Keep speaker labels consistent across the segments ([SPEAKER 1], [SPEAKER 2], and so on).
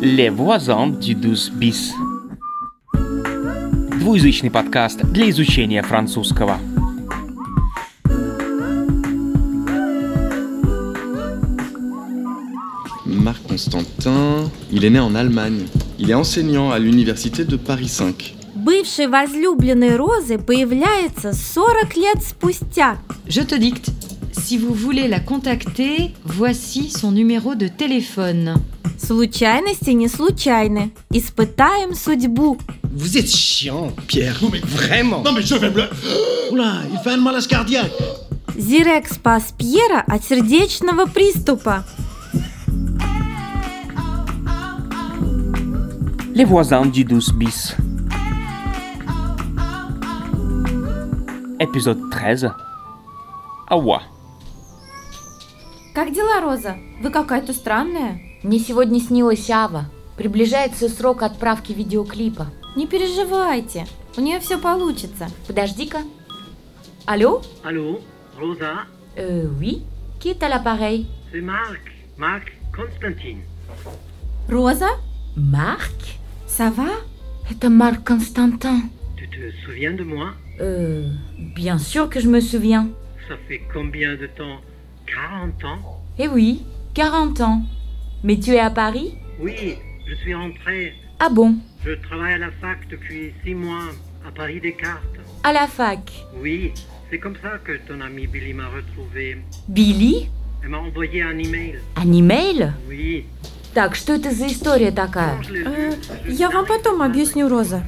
[SPEAKER 1] Les voisins du 12 bis. Двуязычный подкаст для изучения французского.
[SPEAKER 2] Marc Constantin, il est né en Allemagne. Il est enseignant à l'université de Paris 5.
[SPEAKER 3] Бывший возлюбленный Розы появляется 40 лет спустя.
[SPEAKER 4] Je te dicte. Si vous voulez la contacter, voici son numéro de téléphone.
[SPEAKER 3] Случайности не случайны. Испытаем судьбу.
[SPEAKER 5] Vous êtes chiant, Pierre. Non mais vraiment.
[SPEAKER 6] Non mais je vais me le...
[SPEAKER 5] Oula, il fait un malaise cardiaque.
[SPEAKER 3] Зирек спас Пьера от сердечного приступа.
[SPEAKER 1] Les voisins du 12 bis. Épisode 13. Ауа.
[SPEAKER 3] Как дела, Роза? Вы какая-то странная.
[SPEAKER 7] Мне сегодня снилась Ава. Приближается срок отправки видеоклипа.
[SPEAKER 3] Не переживайте, у нее все получится.
[SPEAKER 7] Подожди-ка. Алло?
[SPEAKER 8] Allô, Rosa,
[SPEAKER 7] Euh, oui? Qui est à l'appareil?
[SPEAKER 8] c'est Marc, Marc Constantine.
[SPEAKER 3] Роза?
[SPEAKER 7] Марк?
[SPEAKER 3] Сова?
[SPEAKER 7] Это Марк Константин.
[SPEAKER 8] Tu te souviens de moi
[SPEAKER 7] Euh, bien sûr que je me souviens.
[SPEAKER 8] Ça fait combien de temps 40 ans
[SPEAKER 7] Eh oui, 40 ans. Mais tu es à Paris?
[SPEAKER 8] Oui, je suis rentré.
[SPEAKER 7] Ah bon?
[SPEAKER 8] Je travaille à la fac depuis 6 mois, à Paris Descartes.
[SPEAKER 7] À la fac.
[SPEAKER 8] Oui, c'est comme ça que ton ami Billy m'a retrouvé.
[SPEAKER 7] Билли?
[SPEAKER 8] Elle m'a envoyé un email.
[SPEAKER 7] Un email?
[SPEAKER 8] Oui.
[SPEAKER 7] Так, что это за история такая?
[SPEAKER 8] Je l'ai vu.
[SPEAKER 3] Э, я вам потом объясню, Роза.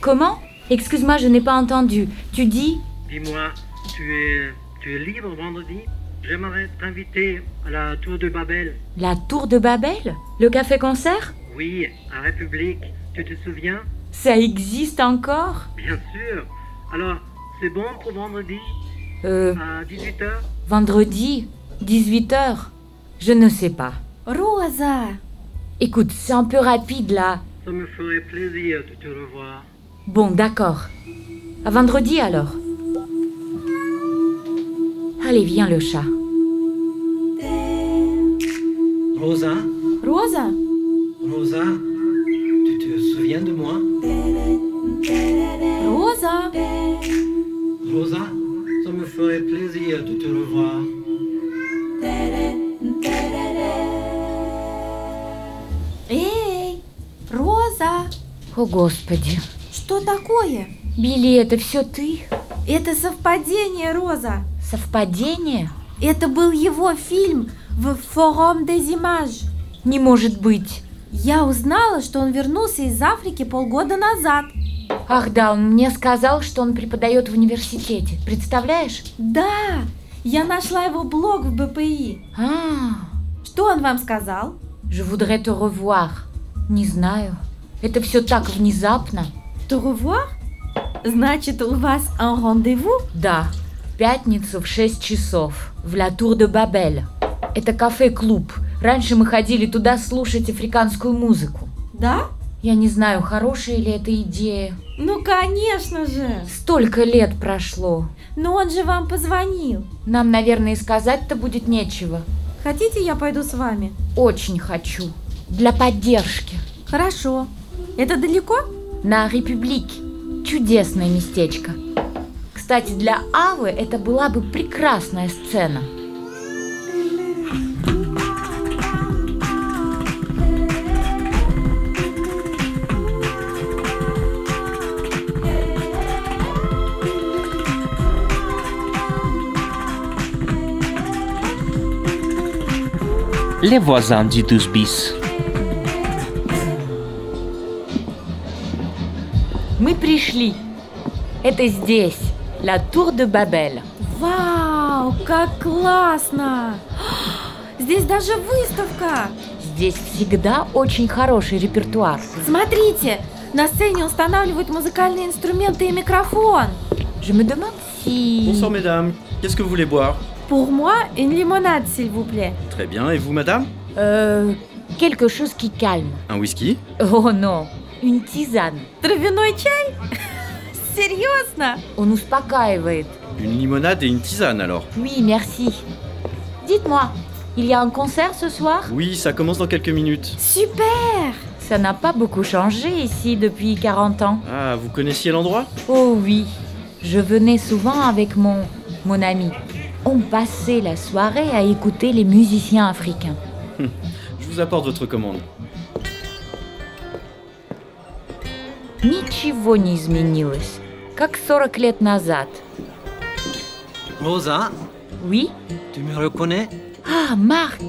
[SPEAKER 7] Comment? Excuse-moi, je n'ai pas entendu. Tu dis?
[SPEAKER 8] Dis-moi, tu es, tu es libre vendredi J'aimerais t'inviter à la tour de Babel.
[SPEAKER 7] La tour de Babel? Le café-concert?
[SPEAKER 8] Oui, à République. Tu te souviens
[SPEAKER 7] Ça existe encore?
[SPEAKER 8] Bien sûr. Alors, c'est bon pour vendredi
[SPEAKER 7] Euh,
[SPEAKER 8] à 18h
[SPEAKER 7] Vendredi, 18h. Je ne sais pas.
[SPEAKER 3] Роза!
[SPEAKER 7] Écoute, c'est un peu rapide là.
[SPEAKER 8] Ça me ferait plaisir de te revoir.
[SPEAKER 7] Bon, d'accord. À vendredi alors. Allez, viens le chat.
[SPEAKER 5] Rosa,
[SPEAKER 3] Роза?
[SPEAKER 5] Rosa, tu te souviens de moi
[SPEAKER 3] Роза!
[SPEAKER 5] Rosa, ça me ferait plaisir de te revoir.
[SPEAKER 3] Эй! Роза!
[SPEAKER 7] О, Господи.
[SPEAKER 3] Что такое?
[SPEAKER 7] Билли, это все ты?
[SPEAKER 3] Это совпадение, Роза.
[SPEAKER 7] Совпадение?
[SPEAKER 3] Это был его фильм в «Форум де Зимаж».
[SPEAKER 7] Не может быть.
[SPEAKER 3] Я узнала, что он вернулся из Африки полгода назад.
[SPEAKER 7] Ах да, он мне сказал, что он преподает в университете. Представляешь?
[SPEAKER 3] Да, я нашла его блог в БПИ.
[SPEAKER 7] А,
[SPEAKER 3] Что он вам сказал?
[SPEAKER 7] je voudrais te revoir. Не знаю. Это все так внезапно.
[SPEAKER 3] Te revoir? Значит, у вас un rendez-vous?
[SPEAKER 7] Да, в пятницу в 6 часов в Ла Тур де Бабель. Это кафе-клуб. Раньше мы ходили туда слушать африканскую музыку.
[SPEAKER 3] Да?
[SPEAKER 7] Я не знаю, хорошая ли эта идея.
[SPEAKER 3] Ну, конечно же.
[SPEAKER 7] Столько лет прошло.
[SPEAKER 3] Но он же вам позвонил.
[SPEAKER 7] Нам, наверное, и сказать-то будет нечего.
[SPEAKER 3] Хотите, я пойду с вами?
[SPEAKER 7] Очень хочу. Для поддержки.
[SPEAKER 3] Хорошо. Это далеко?
[SPEAKER 7] На Републике. Чудесное местечко. Кстати, для Авы это была бы прекрасная сцена.
[SPEAKER 1] Les voisins du 12 bis.
[SPEAKER 7] Мы пришли. Это здесь, Ла Тур де Бабель.
[SPEAKER 3] Вау, как классно! Здесь даже выставка!
[SPEAKER 7] Здесь всегда очень хороший репертуар.
[SPEAKER 3] Смотрите, на сцене устанавливают музыкальные инструменты и микрофон.
[SPEAKER 7] Je me demande si...
[SPEAKER 9] Bonsoir mesdames, qu'est-ce que vous voulez boire
[SPEAKER 3] Pour moi, une limonade, s'il vous plaît.
[SPEAKER 9] Très bien, et vous madame
[SPEAKER 7] Euh, quelque chose qui calme.
[SPEAKER 9] Un whisky
[SPEAKER 7] Oh non, une tisane.
[SPEAKER 3] Травяной чай? Серьезно?
[SPEAKER 7] Он успокаивает.
[SPEAKER 9] Une limonade et une tisane alors
[SPEAKER 7] Oui, merci. Dites-moi, il y a un concert ce soir
[SPEAKER 9] Oui, ça commence dans quelques minutes.
[SPEAKER 3] Супер!
[SPEAKER 7] Ça n'a pas beaucoup changé ici depuis 40 ans.
[SPEAKER 9] Ah, vous connaissiez l'endroit
[SPEAKER 7] Oh oui, je venais souvent avec mon mon ami. On passait la soirée à écouter les musiciens africains.
[SPEAKER 9] Je vous apporte votre commande.
[SPEAKER 7] Ничего не изменилось, как 40 лет назад.
[SPEAKER 5] Rosa,
[SPEAKER 7] Oui
[SPEAKER 5] tu me reconnais
[SPEAKER 7] Ah, Marc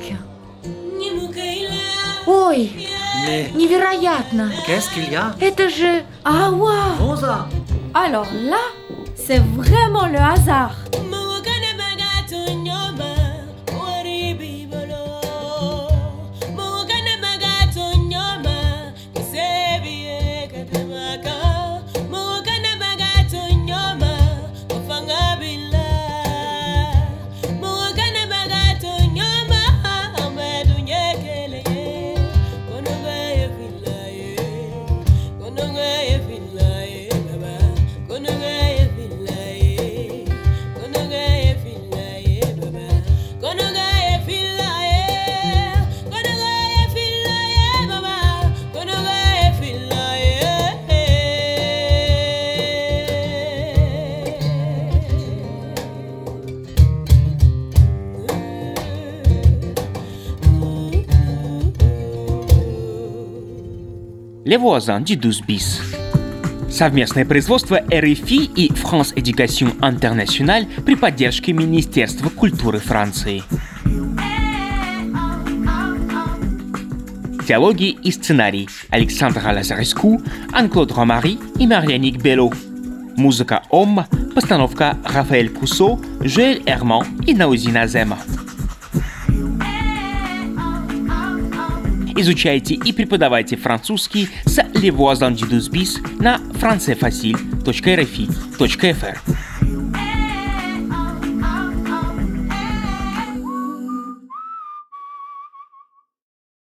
[SPEAKER 7] Ой,
[SPEAKER 5] Mais
[SPEAKER 7] невероятно!
[SPEAKER 5] qu'est-ce qu'il y a
[SPEAKER 7] Это же...
[SPEAKER 3] Ah waouh
[SPEAKER 5] Rosa
[SPEAKER 3] Alors là, c'est vraiment le hasard.
[SPEAKER 1] Les voisins du 12 bis. Совместное производство РФИ и France Education International при поддержке Министерства культуры Франции. Диалоги и сценарий Александра Лазареску, Анклод Ромари и Марьяник Белло. Музыка Ом, постановка Рафаэль Кусо, Жуэль Эрман и Наузи Назема. Изучайте и преподавайте французский с Les Voisins du 12 bis на francefacile.rfi.fr.